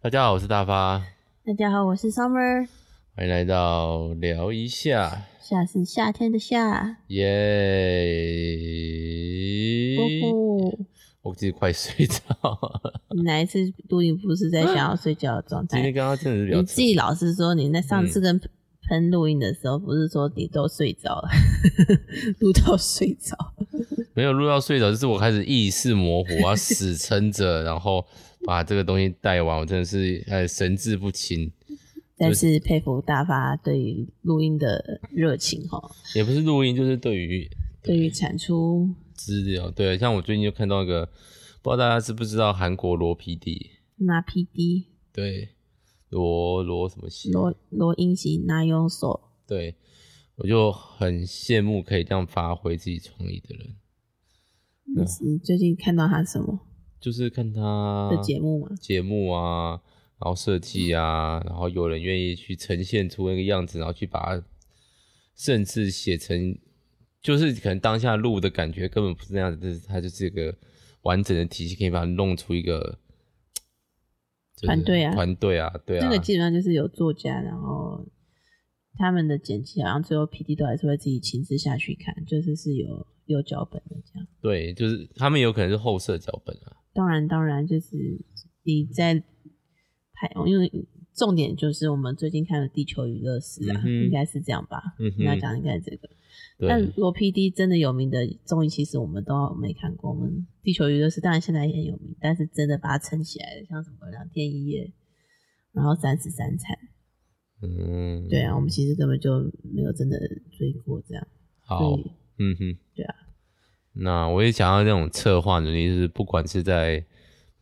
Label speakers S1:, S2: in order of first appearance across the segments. S1: 大家好，我是大发，
S2: 大家好，我是 Summer，
S1: 欢迎来到聊一下，
S2: 夏是夏天的夏，
S1: 耶、
S2: 呼呼，
S1: 我自己快睡 着了，
S2: 你哪一次录音不是在想要睡觉的状
S1: 今天
S2: 态？
S1: 刚刚真的是聊嗯
S2: 你自己老是说你那上次跟喷录音的时候，不是说你都睡着了， 录到睡着，
S1: 没有录到睡着，就是我开始意识模糊，我要死撑着， 然后把这个东西带完，我真的是呃神志不清，
S2: 但是佩服大发对于录音的热情哈，
S1: 也不是录音，就是对于
S2: 对于产出，
S1: 资料，对，像我最近就看到一个，不知道大家知不知道韩国罗 PD，
S2: 那 PD
S1: 对，罗罗什么西
S2: 罗罗英喜那用手，
S1: 对，我就很羡慕可以这样发挥自己创意的人。嗯
S2: 你是最近看到他什么
S1: 就是看他
S2: 的节目吗？
S1: 节目啊，然后设计啊，然后有人愿意去呈现出那个样子，然后去把它，甚至写成，就是可能当下录的感觉根本不是那样子，但是它就是一个完整的体系，可以把它弄出一个。就是
S2: 团队啊
S1: 团队啊，对啊，
S2: 那个基本上就是有作家，然后他们的剪辑，好像最后 P D 都还是会自己亲自下去看，就是是有有脚本的这样。
S1: 对，就是他们有可能是后设脚本啊，
S2: 当然，当然就是你在拍，因为重点就是我们最近看的《地球娱乐室》啊，
S1: 嗯哼
S2: 应该是这样吧？
S1: 嗯
S2: 你要
S1: 哼，
S2: 讲应该是这个。但
S1: 对，
S2: 罗 P D 真的有名的综艺，其实我们都没看过。我们《地球娱乐室》当然现在也很有名，但是真的把它撑起来的，像什么《两天一夜》，然后《三十三餐》。
S1: 嗯，
S2: 对，啊，我们其实根本就没有真的追过这样。
S1: 好
S2: 所，以
S1: 嗯哼，
S2: 对啊。
S1: 那我也想要那种策划能力，就是不管是在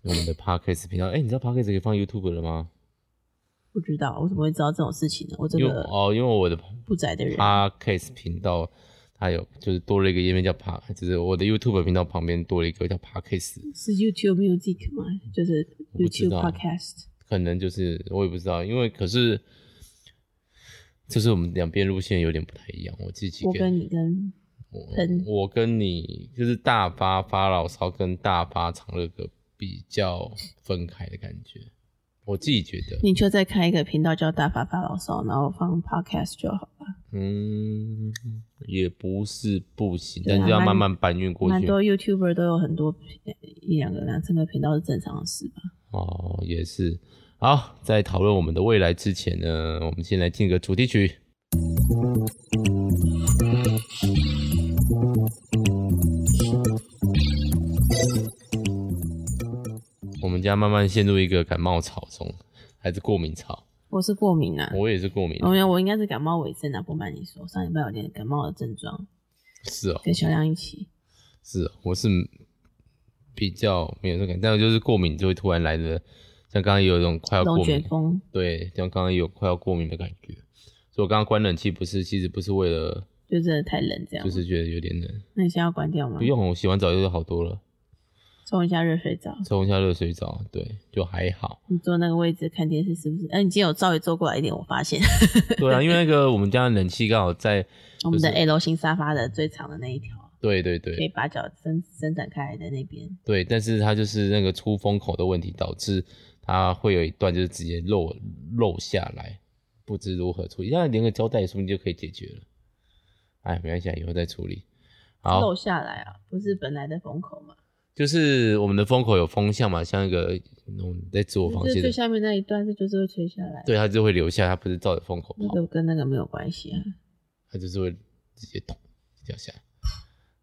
S1: 我 们的 podcast 频道，哎、你知道 podcast 可以放 YouTube 了吗？
S2: 不知道我怎么会知道这种事情呢？我这
S1: 因为
S2: 个
S1: 哦，因啊为我的
S2: 不宅的人，
S1: podcast 频道它有就是多了一个页面叫 p a 就是我的 YouTube 频道旁边多了一个叫 podcast，
S2: 是 YouTube Music 吗？就是
S1: 我不知
S2: YouTube
S1: 道
S2: Podcast。
S1: 可能就是我也不知道，因为可是就是我们两边路线有点不太一样，我自己
S2: 我
S1: 给
S2: 跟你跟
S1: 我
S2: 喷
S1: 我跟你就是大发发牢骚跟大发长乐哥比较分开的感觉，我自己觉得，
S2: 你就再开一个频道叫大发发牢骚，然后放 Podcast 就好了。
S1: 嗯，也不是不行，
S2: 对啊
S1: 但就要慢慢搬运过
S2: 蛮
S1: 去。
S2: 多 YouTuber 都有很多一两个、两三个频道是正常的事吧？
S1: 哦，也是。好，在讨论我们的未来之前呢，我们先来进个主题曲。我们家慢慢陷入一个感冒潮中，还是过敏潮？
S2: 我是过敏啊，
S1: 我也是过敏，
S2: 我我应该是感冒尾声啊，不瞒你说，上礼拜有点感冒的症状，
S1: 是哦，
S2: 跟小亮一起。
S1: 是哦，我是比较没有这个感觉，但我就是过敏就会突然来的，像刚刚也有一种快要
S2: 龙
S1: 过敏
S2: 卷，风
S1: 对，像刚刚有快要过敏的感觉，所以我刚刚关冷气不是，其实不是为了，
S2: 就真的太冷，这样
S1: 就
S2: 吗。
S1: 是觉得有点冷。
S2: 那你现在要关掉吗？
S1: 不，用，我洗完澡就好多了，
S2: 冲一下热水澡。。
S1: 冲一下热水澡，对，就还好
S2: 你坐那个位置看电视是不是？哎、你今天有稍微坐过来一点，我发 现
S1: 对啊，因为那个我们家的冷气刚好在，
S2: 我们的 L 型沙发的最长的那一条，
S1: 对对
S2: 可以
S1: 对
S2: 把脚伸伸展开来的那边，
S1: 对，但是它就是那个出风口的问题，导致它会有一段就是直接漏漏下来，不知如何处理。那连个胶带说不定就可以解决了。哎，没关系，啊，以后再处理。好，
S2: 漏下来啊，不是本来的风口嘛？
S1: 就是我们的风口有风向嘛，像一个我们在自我防
S2: 就是
S1: 线的
S2: 最，下面那一段，这就是会吹下来，
S1: 对，它就会留下，它不是照着风口
S2: 那
S1: 跑，
S2: 个跟那个没有关系啊。
S1: 它就是会直接咚掉下来。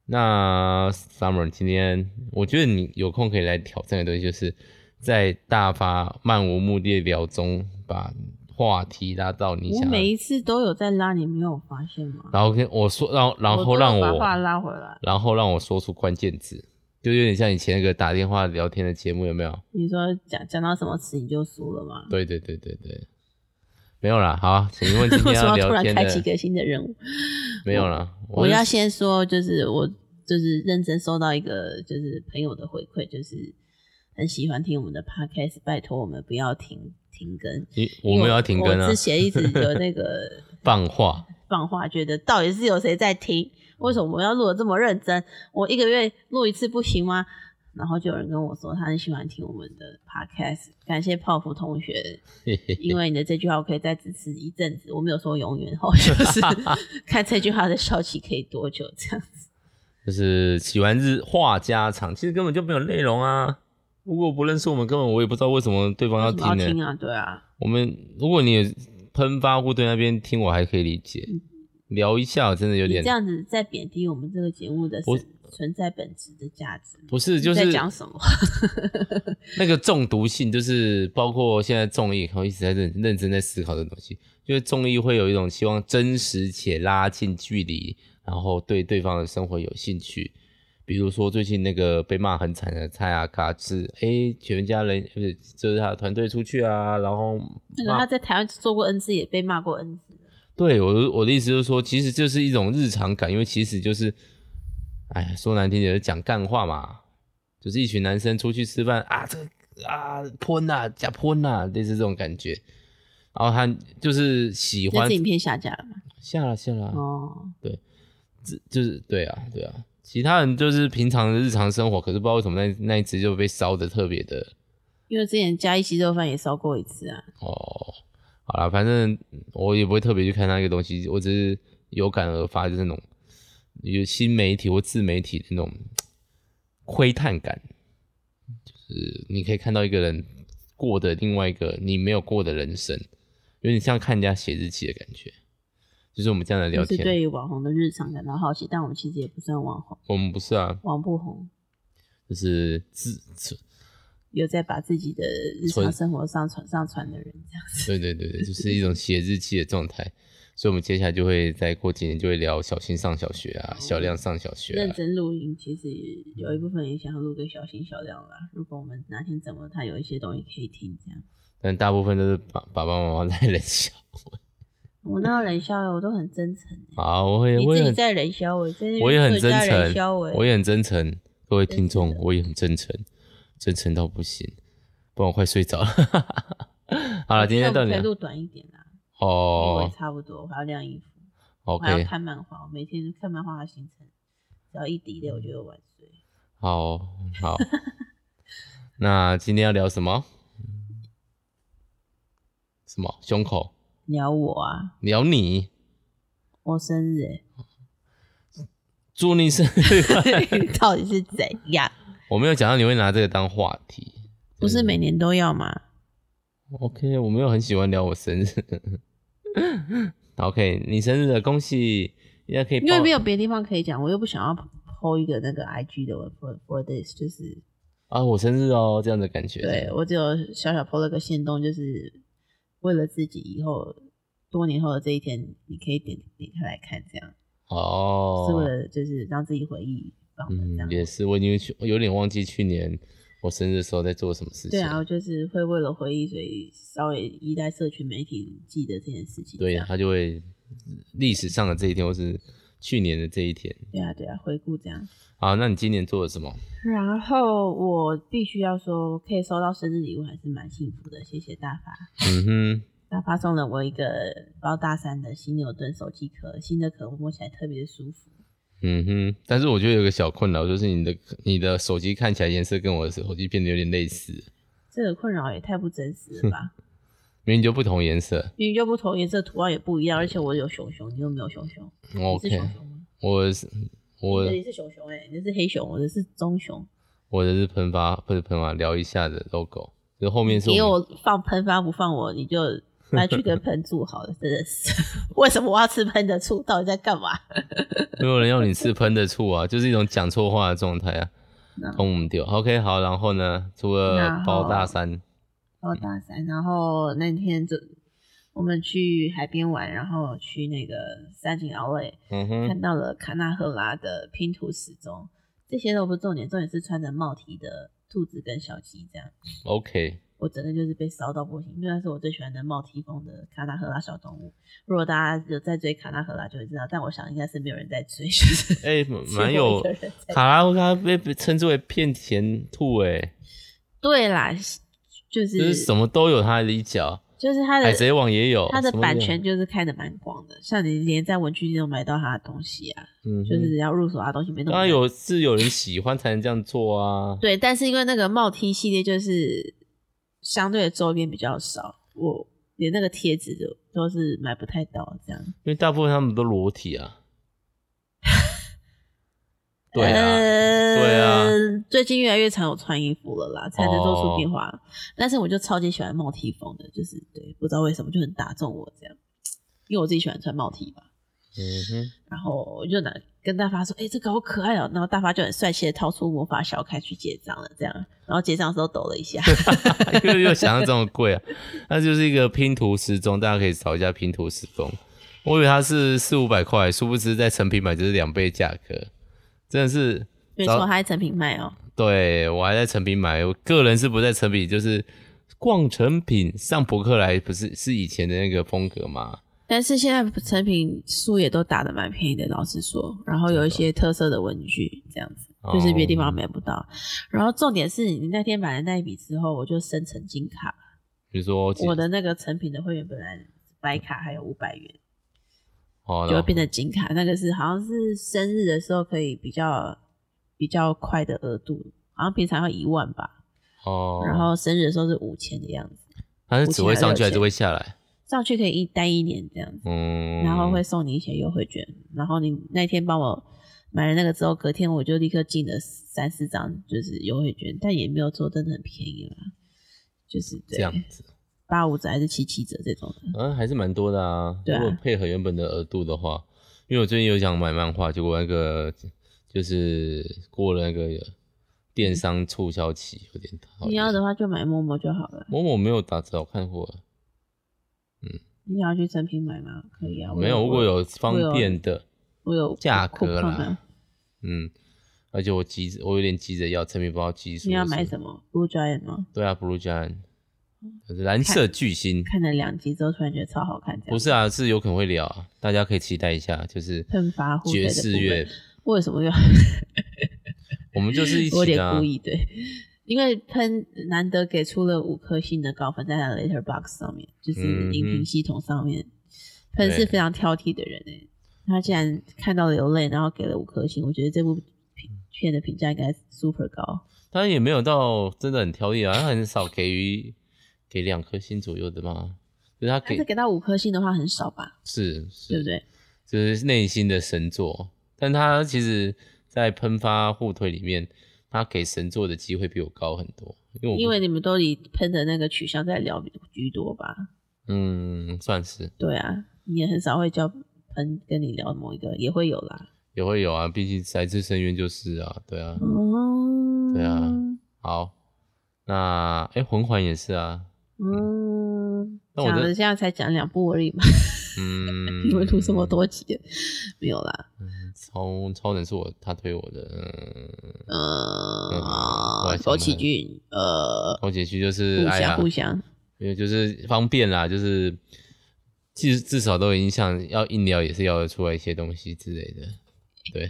S1: 那 Summer 今天，我觉得你有空可以来挑战的东西，就是在大发漫无目的聊中，把话题拉到你
S2: 我
S1: 想要，
S2: 每一次都有在拉，你没有发现吗？
S1: 然后跟我说，然后然后
S2: 都有
S1: 让
S2: 把
S1: 我
S2: 话拉回来。
S1: 然后让我说出关键字，就有点像以前那个打电话聊天的节目，有没有？
S2: 你说讲讲到什么词你就输了吗？
S1: 对对对对对，没有啦。好，啊请问今
S2: 为
S1: 天
S2: 什
S1: 要
S2: 么要
S1: 聊
S2: 突然
S1: 天
S2: 开启一
S1: 的
S2: 个新的任务？
S1: 没有啦。
S2: 我要先说，就是我就是认真收到一个就是朋友的回馈，就是很喜欢听我们的 podcast，拜托我们不要停停更。
S1: 你我没有要停更
S2: 因为
S1: 啊
S2: 我，之前一直有那个
S1: 放话。
S2: 放话，觉得到底是有谁在听？为什么我要录的这么认真？我一个月录一次不行吗？然后就有人跟我说他很喜欢听我们的 podcast，感谢泡芙同学，因为你的这句话我可以再支持一阵子，我没有说永远哦，就是 看这句话的效期可以多久这样子。
S1: 就是喜欢日话家常，其实根本就没有内容啊。如果不认识我们，根本我也不知道为什么对方要
S2: 为什么要
S1: 听呢、
S2: 听啊，对啊，
S1: 我们如果你有喷发户对那边听，我还可以理解。聊一下，真的有
S2: 你
S1: 点
S2: 这样子在贬低我们这个节目的
S1: 我
S2: 存存在本质的价值。
S1: 不是，就
S2: 你在
S1: 是
S2: 讲 什么？
S1: 那个中毒性，就是包括现在综艺，我一直在认认真在思考这东西。就是综艺会有一种希望真实且拉近距离，然后对对方的生活有兴趣。比如说最近那个被骂很惨的蔡阿嘎是，哎、全家人不是就是他的团队出去啊，然后
S2: 那个
S1: 骂
S2: 他在台湾做过 N 次，也被骂过 N 次。
S1: 对我的我的意思就是说，其实就是一种日常感，因为其实就是，哎，说难听点就是讲干话嘛，就是一群男生出去吃饭啊，这个啊喷呐、啊，假喷呐、啊，类似这种感觉。然后他就是喜
S2: 那
S1: 欢嗯
S2: 这影片下架了吗？
S1: 下了下了，
S2: 哦，
S1: 这就是对啊对啊。其他人就是平常的日常生活，可是不知道为什么那那一只就被烧的特别的
S2: 因为之前嘉义鸡肉饭也烧过一次啊。
S1: 哦，好啦，反正我也不会特别去看那个东西，我只是有感而发，就是那种有新媒体或自媒体的那种窥探感，就是你可以看到一个人过的另外一个你没有过的人生，有点像看人家写日记的感觉。就是我们这样的聊
S2: 就是
S1: 天，
S2: 对于网红的日常感到好奇，但我们其实也不算网红，
S1: 我们不是啊，
S2: 网不红，
S1: 就是自自
S2: 有在把自己的日常
S1: 存
S2: 生活上传上传的人这样子。
S1: 对对对对，就是一种写日记的状态。所以，我们接下来就会再过几年就会聊小新上小学啊，小亮上小学、啊，
S2: 认真录音，其实有一部分也想要录给小新小亮啦。如果我们哪天怎么他有一些东西可以听，这样
S1: 但大部分都是爸爸爸妈妈在冷笑。
S2: 我那冷笑欸我都很真诚欸。
S1: 啊，我也
S2: 你
S1: 我也
S2: 自己
S1: 很
S2: 在冷笑欸在那边
S1: 我也很
S2: 自己
S1: 真
S2: 在冷
S1: 诚
S2: 笑，欸
S1: 我也很真诚。各位听众
S2: 真，
S1: 我也很真诚，真诚到不行，不然我快睡着了。 好了，今天到
S2: 那我
S1: 你
S2: 们可以
S1: 了
S2: 录短一点啦，因为我
S1: 哦
S2: 也差不多，我还要晾衣服，我还要
S1: ，OK，
S2: 看漫画，我每天看漫画的行程，只要一滴泪我就会晚睡。
S1: 好好。 那今天要聊什么？什么？胸口？
S2: 聊我啊，
S1: 聊你？
S2: 我生日欸、
S1: 祝你生日快乐！
S2: 到底是怎样？
S1: 我没有想到你会拿这个当话题。
S2: 不是每年都要吗？
S1: OK，我没有很喜欢聊我生日。OK，你生日了，恭喜！应该可以报，
S2: 因为没有别的地方可以讲，我又不想要 PO 一个那个 IG 的 for for this，就是
S1: 啊，我生日哦，这样的感觉。
S2: 对我只有小小 PO 了个限动，就是为了自己以后多年后的这一天，你可以点点开来看，这样、是
S1: 哦，
S2: 为了就是让自己回忆放的这样。
S1: 嗯，也是，我已经去有点忘记去年我生日的时候在做什么事情。
S2: 对啊，我就是会为了回忆，所以稍微依赖社群媒体记得这件事情。
S1: 对
S2: 这
S1: 呀、
S2: 样
S1: 他就会历史上的这一天，或是去年的这一天。
S2: 对啊，对啊，回顾这样。
S1: 好，那你今年做了什么？
S2: 然后我必须要说，可以收到生日礼物还是蛮幸福的，谢谢大发。
S1: 嗯
S2: 大发送了我一个包大三的犀牛盾手机壳，新的壳我摸起来特别舒服。
S1: 哼，嗯哼。但是我觉得有个小困扰，就是你的你的手机看起来颜色跟我的手机变得有点类似，
S2: 这个困扰也太不真实了吧？
S1: 明明就不同颜色。
S2: 明明就不同颜色，图案也不一样，而且我有熊熊，你又没有熊熊，你是
S1: OK，
S2: 熊熊吗？
S1: 我是我
S2: 你是熊熊哎、你是黑熊，我的是棕熊。
S1: 我的是喷发，不是喷发，聊一下的 logo，就后面是
S2: 给
S1: 我
S2: 我
S1: 们
S2: 放喷发不放我，你就拿去跟喷醋好了， 真的是。为什么我要吃喷的醋？到底在干嘛？
S1: 没有人要你吃喷的醋啊，就是一种讲错话的状态啊
S2: 那，
S1: 通我们丢。OK，好，然后呢，除了
S2: 然后
S1: 包大山，
S2: 然后大三，然后那天就我们去海边玩，然后去那个三井奥莱。
S1: 嗯哼，
S2: 看到了卡纳赫拉的拼图时钟，这些都不是重点，重点是穿着帽 T 的兔子跟小鸡这样，
S1: ，OK，
S2: 我整个就是被烧到不行，因为那是我最喜欢的帽 T 风的卡纳赫拉小动物。如果大家有在追卡纳赫拉就会知道，但我想应该是没有人在追，就是
S1: 哎、
S2: 只
S1: 蛮
S2: 我
S1: 有
S2: 一个人在
S1: 卡拉乌卡被被称之为骗钱兔、欸，哎，
S2: 对啦，就是
S1: 就是什么都有它的一角，
S2: 就是它的
S1: 海贼王也有，
S2: 它的
S1: 什么
S2: 版
S1: 都有
S2: 权，就是开的蛮广的，像你连在文具店都买到它的东西啊，
S1: 嗯哼，
S2: 就是要入手它的啊东西没那么
S1: 当然
S2: 难
S1: 有是有人喜欢才能这样做啊。
S2: 对，但是因为那个帽 T 系列就是相对的周边比较少，我连那个贴纸都都是买不太到这样。
S1: 因为大部分他们都裸体 啊。对啊，对啊
S2: 呃最近越来越常有穿衣服了啦，才能做出变化。但是我就超级喜欢帽 T 风的，就是对，不知道为什么就很打中我这样，因为我自己喜欢穿帽 T 吧。
S1: 嗯哼，
S2: 然后我就拿跟大发说：“哎、这个好可爱哦、然后大发就很帅气的掏出魔法小开去结账了，这样。然后结账的时候抖了一 下，
S1: 因为又想象这么贵啊，那就是一个拼图时钟，大家可以找一下拼图时钟。我以为它是四五百块，殊不知在成品买就是两倍价格，真的是。
S2: 没
S1: 找
S2: 错，他在成品卖哦、
S1: 对我还在成品买，我个人是不在成品，就是逛成品上博客来，不是是以前的那个风格嘛？
S2: 但是现在成品书也都打的蛮便宜的，老实说，然后有一些特色的文具这样子，
S1: 哦
S2: 就是别的地方买不到。然后重点是你那天买了那一笔之后，我就申成金卡，
S1: 比如说
S2: 我的那个成品的会员本来白卡还有五百元，
S1: 哦，
S2: 就会变成金卡，那个是好像是生日的时候可以比较比较快的额度，好像平常要一万吧，
S1: 哦，
S2: 然后生日的时候是五千的样子，
S1: 它是只会上去还
S2: 五千还是
S1: 是会下来？
S2: 上去可以一待一年这样子。
S1: 嗯，
S2: 然后会送你一些优惠券。然后你那天帮我买了那个之后，隔天我就立刻进了三四张，就是优惠券，但也没有说真的很便宜啦，就是
S1: 这
S2: 对
S1: 样子，
S2: 八五折还是七七折这种的。
S1: 嗯，还是蛮多的啊。
S2: 对啊
S1: 如果配合原本的额度的话，因为我最近有想买漫画，结果那个就是过了那个电商促销期，有点讨厌。
S2: 你要的话就买陌陌就好了。
S1: 某某没有打折，我看过了
S2: 你想要去成品买吗？可以啊。我
S1: 没有？如果有方便的。
S2: 我有
S1: 价
S2: 库
S1: 格
S2: 库
S1: 啦
S2: 吗，
S1: 嗯，而且我急着，我有点急着要，陈明不知道急什么。
S2: 你要买什么？Blue 嗯 Giant 吗？
S1: 对啊，Blue Giant，就是蓝色巨星，
S2: 看了两集之后，突然觉得超好看，这样
S1: 不是啊，是有可能会聊啊，大家可以期待一下，就是
S2: 喷发互吹
S1: 爵
S2: 的
S1: 士乐
S2: 部，分为什么要？
S1: 我们就是一
S2: 我有
S1: 起的、
S2: 点
S1: 啊
S2: 故。意对，因为喷难得给出了五颗星的高分，在他的 Letterbox 上面，就是
S1: 嗯哼
S2: 影评系统上面，喷是
S1: 对
S2: 非常挑剔的人诶。他竟然看到流泪，然后给了五颗星，我觉得这部评片的评价应该 super 高。
S1: 他也没有到真的很挑剔啊，他很少给予给两颗星左右的嘛，就是他
S2: 但
S1: 给
S2: 是给到五颗星的话很少吧，
S1: 是是，
S2: 对不？对？
S1: 就是内心的神作，但他其实，在喷发互推里面，他给神作的机会比我高很多，因为我不
S2: 因为你们都以喷的那个取向在聊居多吧？
S1: 嗯算是。
S2: 对啊，你也很少会叫喷跟你聊某一个，也会有啦。
S1: 也会有啊，毕竟来自深渊就是啊，对啊，
S2: 哦，
S1: 对啊好，那哎、诶魂环也是啊，
S2: 嗯，
S1: 那我
S2: 讲
S1: 这
S2: 了现在才讲两部而已嘛，，
S1: 嗯
S2: 你们录这么多集的，没有啦。
S1: 嗯，超超人是我他推我的，嗯，我
S2: 呃
S1: 还，想
S2: 枸杞
S1: 问
S2: 菌，呃，
S1: 高结局就是
S2: 互
S1: 哎呀
S2: 相，互相，
S1: 没有就是方便啦，就是至至少都已经像要硬聊也是要得出来一些东西之类的，对，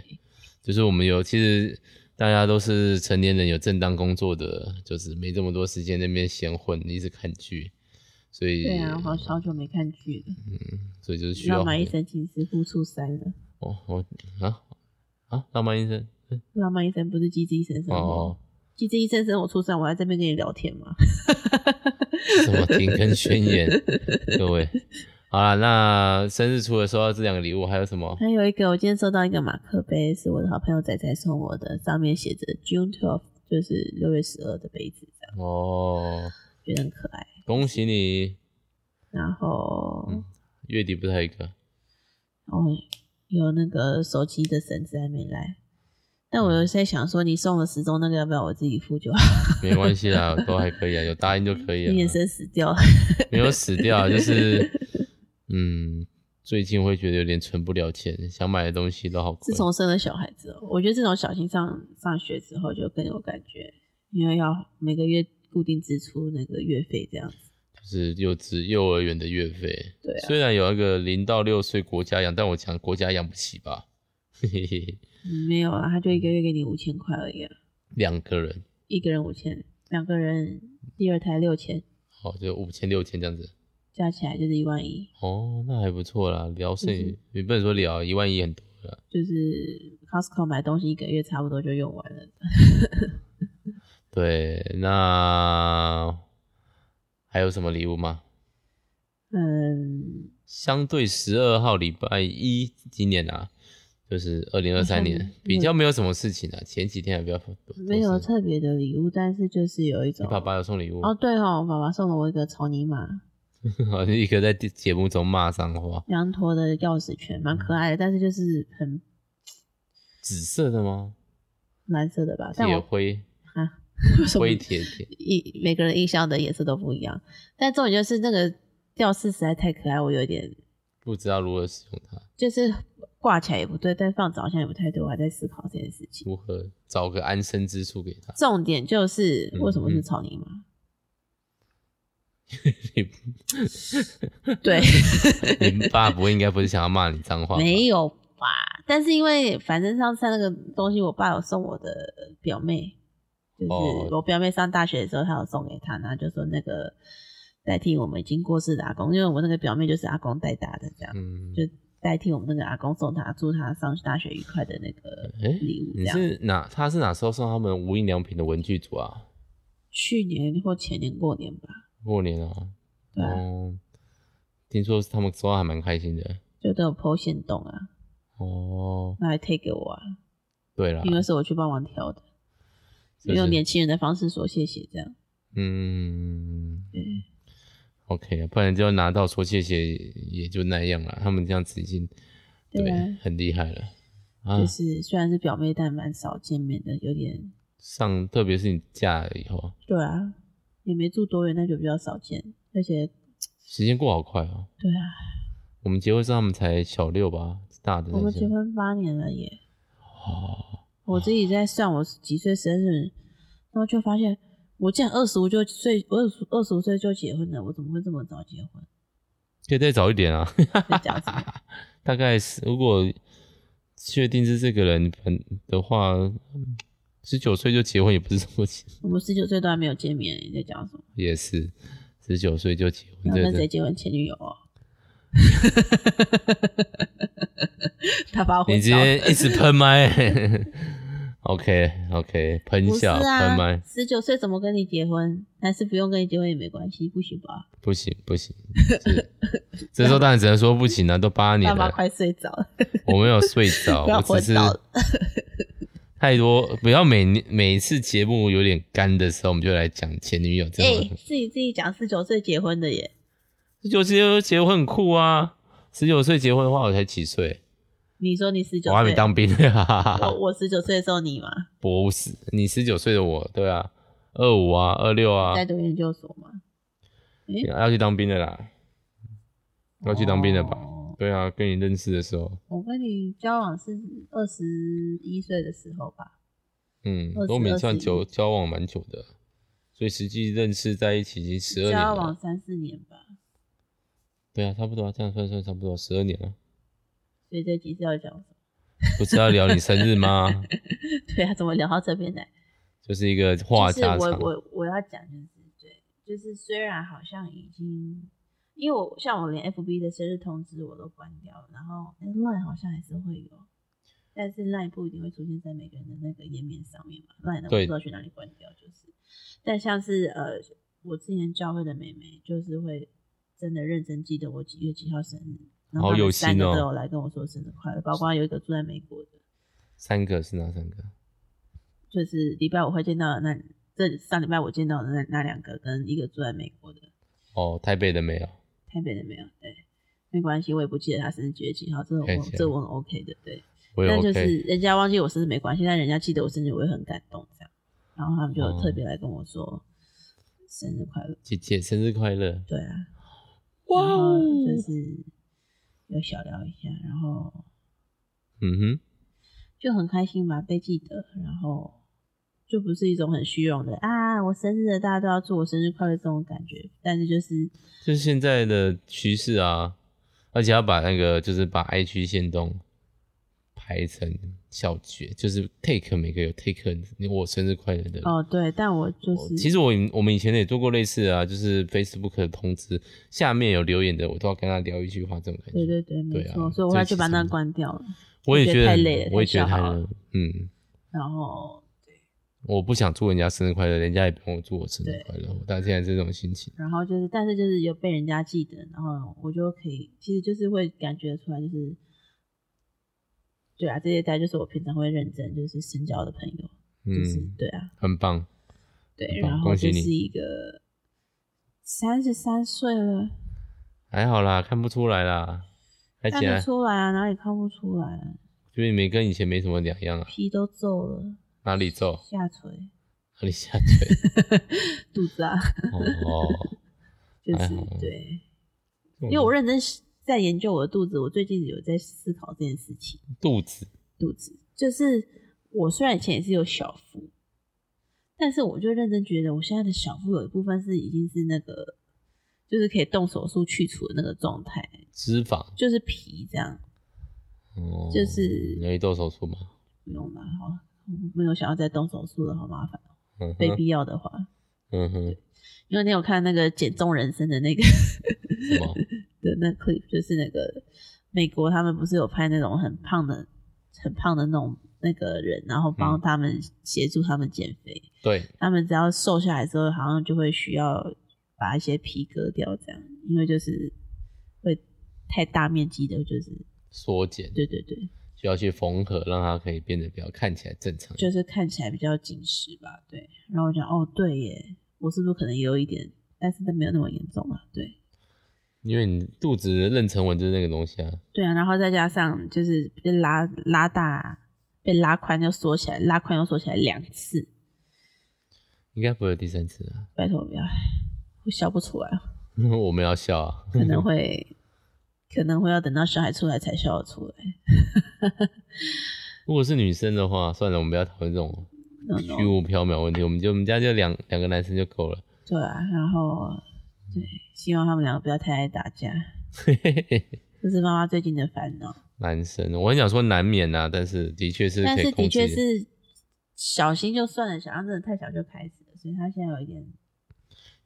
S1: 就是我们有其实。大家都是成年人，有正当工作的，就是没这么多时间在那边闲混，一直看剧，所以
S2: 对啊，我好好久没看剧了，
S1: 嗯，所以就是需要
S2: 浪漫
S1: 很
S2: 医生其实付出三了。
S1: 哦，我啊啊，浪漫医生嗯
S2: 浪漫医生不是机智医生生活
S1: 哦，，
S2: 机智医生生活出三，我还在这边跟你聊天嘛。
S1: 什么停更宣言， 各位，好了，那生日除了收到这两个礼物，还有什么？
S2: 还有一个，我今天收到一个马克杯，是我的好朋友仔仔送我的，上面写着 June twelve，就是六月十二的杯子，这样
S1: 哦，
S2: 觉得很可爱。
S1: 恭喜你，
S2: 然后，
S1: 嗯月底不是还有一个？
S2: 哦，有那个手机的绳子还没来，但我有在想说，你送了时钟那个要不要我自己付就好？
S1: 没关系 啦，都还可以啊，有答应就可以
S2: 你眼
S1: 了，
S2: 神死掉了，
S1: 没有死掉，就是嗯，最近会觉得有点存不了钱，想买的东西都好贵
S2: 自。从生了小孩之后，我觉得这种小型上上学之后就更有感觉，因为要每个月固定支出那个月费这样子。
S1: 就是幼稚幼儿园的月费。
S2: 对啊
S1: 虽然有那个零到六岁国家养，但我想国家养不起吧。 嘿嘿嘿，
S2: 嗯没有啊，他就一个月给你五千块而已、啊，
S1: 两个人，
S2: 一个人五千，两个人第二胎六千，
S1: 哦好，就五千六千这样子。
S2: 加起来就是一万一，
S1: 哦，那还不错啦，聊剩
S2: 嗯
S1: 也不能说聊一万一很多了，
S2: 就是 Costco 买东西一个月差不多就用完了。
S1: 对，那还有什么礼物吗？
S2: 嗯，
S1: 相对十二号礼拜一，今年啊，就是二零二三
S2: 好
S1: 年
S2: 像，
S1: 比较没有什么事情啊。前几天还比较多多事
S2: 没有特别的礼物，但是就是有一
S1: 你
S2: 种
S1: 爸爸有送礼物，
S2: 哦，对哦，我爸爸送了我一个草泥马
S1: 好像一个在节目中骂脏话，
S2: 羊驼的钥匙圈，蛮
S1: 嗯
S2: 可爱的，但是就是很
S1: 紫色的吗？
S2: 蓝色的吧，但
S1: 铁
S2: 我
S1: 灰
S2: 啊，为什么
S1: 灰铁铁，
S2: 一每个人印象的颜色都不一样？但重点就是那个吊饰实在太可爱，我有点
S1: 不知道如何使用它，
S2: 就是挂起来也不对，但放着好像也不太对，我还在思考这件事情。
S1: 如何找个安身之处给它。
S2: 重点就是
S1: 嗯
S2: 为什么是
S1: 嗯
S2: 草泥马？
S1: 你
S2: 对，
S1: 你爸不会应该不是想要骂你脏话吧？
S2: 没有吧？但是因为反正上次那个东西，我爸有送我的表妹，就是
S1: 哦
S2: 我表妹上大学的时候，他有送给她，然后就说那个代替我们已经过世的阿公，因为我那个表妹就是阿公带大的，这样、
S1: 嗯，
S2: 就代替我们那个阿公送她，祝她上大学愉快的那个
S1: 哎，
S2: 礼物，这
S1: 你
S2: 样。
S1: 是哪？他是哪时候送他们无印良品的文具组啊？
S2: 去年或前年过年吧，
S1: 过年啊，
S2: 对啊
S1: 哦，听说他们说还蛮开心的。
S2: 就都有剖线洞啊，
S1: 哦，
S2: 那还推给我啊，
S1: 对啦，
S2: 因为是我去帮忙挑的，
S1: 就是
S2: 用年轻人的方式说谢谢，这样。
S1: 嗯
S2: 对，
S1: ，OK，不啊然就拿到说谢谢也就那样了。他们这样子已经
S2: 对啊
S1: 很厉害了啊
S2: 就。是虽然是表妹，但蛮少见面的，有点
S1: 上特别是你嫁了以后，
S2: 对啊，也没住多远，那就比较少见。而且
S1: 时间过好快哦。
S2: 对啊，
S1: 我们结婚时候他们才小六吧，大的
S2: 我
S1: 那
S2: 们
S1: 些
S2: 结婚八年了耶，
S1: 哦，
S2: 我自己在算我几岁生日，然后就发现我竟然二十五就岁，二十二十五岁就结婚了，我怎么会这么早结婚？
S1: 可以再早一点啊。
S2: 在讲什么？
S1: 大概是如果确定是这个人本的话，十九岁就结婚也不是什么奇
S2: 我们十九岁都还没有见面，你在讲什么？
S1: 也是十九岁就结婚，
S2: 要
S1: 这
S2: 跟谁
S1: 个
S2: 结婚？前女友 哦。 他把我
S1: 你今
S2: 笑
S1: 天
S2: 死
S1: 一直喷麦，OK OK，喷
S2: 不是
S1: 笑、
S2: 啊
S1: 喷麦，
S2: 十九岁怎么跟你结婚？还是不用跟你结婚也没关系，不行吧？
S1: 不行不行，是这时候当然只能说不行了、都八
S2: 爸
S1: 年
S2: 妈
S1: 了，
S2: 快睡着了，
S1: 我没有睡着，
S2: 不要
S1: 哦我
S2: 昏
S1: 只是
S2: 倒了。
S1: 太多，不要每年每一次节目有点干的时候，我们就来讲前女友这样。
S2: 哎、自己自己讲十九岁结婚的耶，
S1: 十九岁结婚很酷啊！十九岁结婚的话，我才几岁？
S2: 你说你十九
S1: 我还没
S2: 岁，
S1: 当兵， 哈哈哈哈
S2: 我我十九岁的时候你嘛，
S1: 不是你十九岁的我，对啊，二五啊，二六啊，
S2: 在读研究所嘛，
S1: 要去当兵的啦，要去当兵了吧？
S2: 哦
S1: 对啊，跟你认识的时候，
S2: 我跟你交往是二十一岁的时候吧，
S1: 嗯
S2: 20，
S1: 都没算
S2: 21
S1: 久，交往蛮久的，所以实际认识在一起已经十二年
S2: 交往
S1: 了。
S2: 三四年吧，
S1: 对啊，差不多啊，这样算算差不多十二年了。
S2: 所以这集是要讲什
S1: 不是要聊你生日 吗？
S2: 么？ 对啊，怎么聊到这边来？
S1: 就是一个话
S2: 就是
S1: 家
S2: 我
S1: 常。
S2: 我我要讲就是对，就是虽然好像已经，因为我像我连 FB 的生日通知我都关掉了，然后诶 Line 好像还是会有，但是 Line 不一定会出现在每个人的那个页面上面嘛，Line 的我不
S1: 对
S2: 知道去哪里关掉，就是，但像是呃我之前教会的妹妹，就是会真的认真记得我几月几号生日。然后
S1: 好
S2: 他们
S1: 有
S2: 三
S1: 心
S2: 个
S1: 哦
S2: 都有来跟我说生日快乐，包括有一个住在美国的，
S1: 三个是哪三个？
S2: 就是礼拜五会见到的那这上礼拜我见到的那那两个，跟一个住在美国的，
S1: 哦，台北的没有。
S2: 台北的没有，对，没关系，我也不记得他生日几月几号，这个
S1: 可以
S2: 我
S1: 这样
S2: 这个我很 OK 的，对，
S1: 我也
S2: 但
S1: OK，、
S2: 就是人家忘记我生日没关系，但人家记得我生日，我也很感动这样，然后他们就
S1: 哦
S2: 有特别来跟我说、生日快乐，
S1: 姐姐生日快乐！
S2: 对啊，
S1: 哇
S2: 然后
S1: 哦，
S2: 就是有小聊一下，然后
S1: 嗯哼，
S2: 就很开心吧，被记得，然后就不是一种很虚荣的啊，我生日了，大家都要祝我生日快乐这种感觉。但是就是
S1: 就是现在的趋势啊，而且要把那个就是把 I 区线动排成小节，就是 take 每个有 take 你我生日快乐的。
S2: 哦，对，但我就是
S1: 其实我以我们以前也做过类似的啊，就是 Facebook 的通知下面有留言的，我都要跟他聊一句话，这种感觉。
S2: 对对对，没
S1: 对啊
S2: 错，所以我后来就把
S1: 这
S2: 那
S1: 其实
S2: 关掉了。
S1: 我也
S2: 觉
S1: 觉
S2: 得
S1: 得
S2: 太
S1: 很
S2: 累了
S1: 我也
S2: 太
S1: 觉得
S2: 消
S1: 太
S2: 耗
S1: 累了嗯，
S2: 然后，
S1: 我不想祝人家生日快乐，人家也不用祝我生日
S2: 对
S1: 快乐，我到现在这种心情。
S2: 然后就是，但是就是有被人家记得，然后我就可以，其实就是会感觉出来，就是，对啊，这些大家就是我平常会认真就是深交的朋友，就是、
S1: 嗯，
S2: 对啊，
S1: 很棒。
S2: 对，
S1: 好
S2: 然后
S1: 恭喜
S2: 就
S1: 你
S2: 是一个三十三岁了，
S1: 还好啦，看不出来啦，而
S2: 看
S1: 且
S2: 不出来啊，哪里看不出来、啊，
S1: 就是没跟以前没什么两样啊，
S2: 皮都皱了，
S1: 哪里皱，
S2: 下垂，
S1: 哪里下垂。
S2: 肚子啊，
S1: 哦，
S2: 就
S1: 还
S2: 是
S1: 好
S2: 对。
S1: 因
S2: 因为我认真在研究我的肚子，我最近有在思考这件事情。
S1: 肚子
S2: 肚子就是我虽然以前也是有小腹，但是我就认真觉得我现在的小腹有一部分是已经是那个，就是可以动手术去除的那个状态，
S1: 脂肪，
S2: 就是皮这样，
S1: 哦，
S2: 就是
S1: 你要去动手术吗？
S2: 不用了，好，我没有想要再动手术了，好麻烦。
S1: 嗯
S2: 非
S1: 哼，
S2: 必要的话，
S1: 嗯哼，
S2: 因为你有看那个《减重人生》的那个
S1: 什么？
S2: 的那 clip，就是那个美国他们不是有拍那种很胖的、很胖的那种那个人，然后帮
S1: 嗯
S2: 他们协助他们减肥。
S1: 对，
S2: 他们只要瘦下来之后，好像就会需要把一些皮割掉，这样，因为就是会太大面积的，就是
S1: 缩减
S2: 对对对，
S1: 需要去缝合，让它可以变得比较看起来正常。
S2: 就是看起来比较紧实吧，对。然后我讲，哦，对耶，我是不是可能也有一点，但是都没有那么严重啊，对。
S1: 因为你肚子的妊娠纹就是那个东西啊，
S2: 对啊，然后再加上就是被拉拉大，被拉宽又缩起来，拉宽又缩起来两次，
S1: 应该不会有第三次啊。
S2: 拜托不要，我笑不出来，
S1: 我们要笑啊，
S2: 可能会可能会要等到小孩出来才笑得出来。
S1: 如果是女生的话，算了，我们不要讨论这种
S2: No,
S1: 虚
S2: no,
S1: 无缥缈问题，我们就我们家就两两个男生就够了。
S2: 对啊，然后对，希望他们两个不要太爱打架，这是妈妈最近的烦恼。
S1: 男生，我很想说难免呐、啊，但是的确是
S2: 但
S1: 可以
S2: 是
S1: 控
S2: 的
S1: 制。
S2: 确是小心就算了，小安真的太小就开始了，所以他现在有一点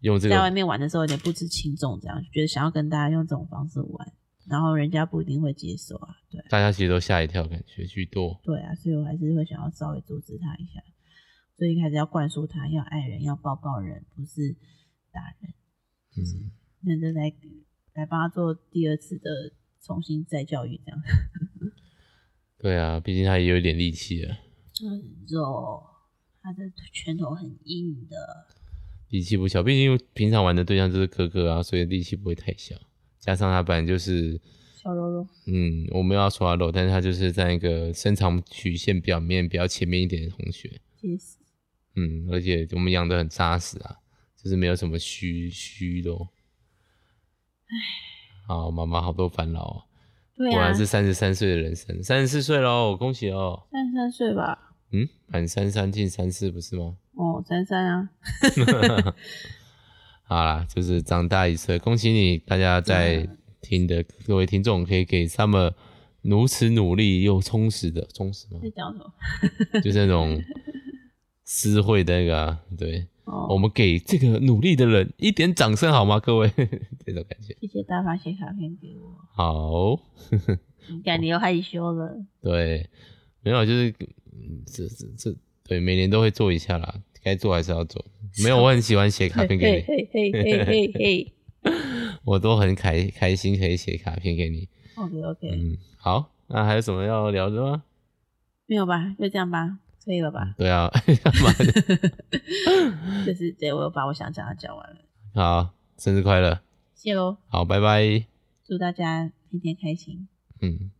S1: 用这
S2: 在
S1: 个
S2: 外面玩的时候有点不知轻重，这样就觉得想要跟大家用这种方式玩，然后人家不一定会接受啊，对
S1: 大家其实都吓一跳，感觉居多。
S2: 对啊，所以我还是会想要稍微阻止他一下，所以一开始要灌输他要爱人，要抱抱人，不是打人，
S1: 嗯，
S2: 认真来来帮他做第二次的重新再教育这样。
S1: 对啊，毕竟他也有一点力气啊了，
S2: 很肉，他的拳头很硬的，
S1: 力气不小。毕竟平常玩的对象就是哥哥啊，所以力气不会太小。加上他本来就是，
S2: 小肉肉。
S1: 嗯，我没有要说他肉，但是他就是在一个身长曲线表面比较前面一点的同学。
S2: 结实，
S1: 嗯，而且我们养的很扎实啊，就是没有什么虚虚的、哦。好，妈妈好多烦恼啊，
S2: 对
S1: 果
S2: 啊，
S1: 然是三十三岁的人生，三十四岁喽，恭喜哦！
S2: 三十三岁吧？
S1: 嗯，满三三进三四不是吗？
S2: 哦，三三啊，
S1: 好啦，就是长大一岁，恭喜你！大家在
S2: 啊
S1: 听的各位听众，可以给 Summer 如此努力又充实的充实 吗
S2: 在？讲什么？
S1: 就是那种私会的那个、啊，对，我
S2: 哦，
S1: 们给这个努力的人一点掌声好吗？各位， 这种感觉
S2: 谢谢大发写卡片给我，
S1: 好。
S2: 你看你又害羞了。
S1: 对，没有，就是嗯这这这，对，每年都会做一下啦，该做还是要做。没有，我很喜欢写卡片给你，
S2: 嘿嘿嘿嘿嘿。
S1: 我都很开开心可以写卡片给你。
S2: OK OK，
S1: 嗯，好，那还有什么要聊的吗？
S2: 没有吧？就这样吧，可以了吧？
S1: 对啊， 干嘛的？
S2: 就是对我有把我想讲的讲完了，
S1: 好，生日快乐！
S2: 谢喽，
S1: 好，拜拜。
S2: 祝大家天天开心。
S1: 嗯。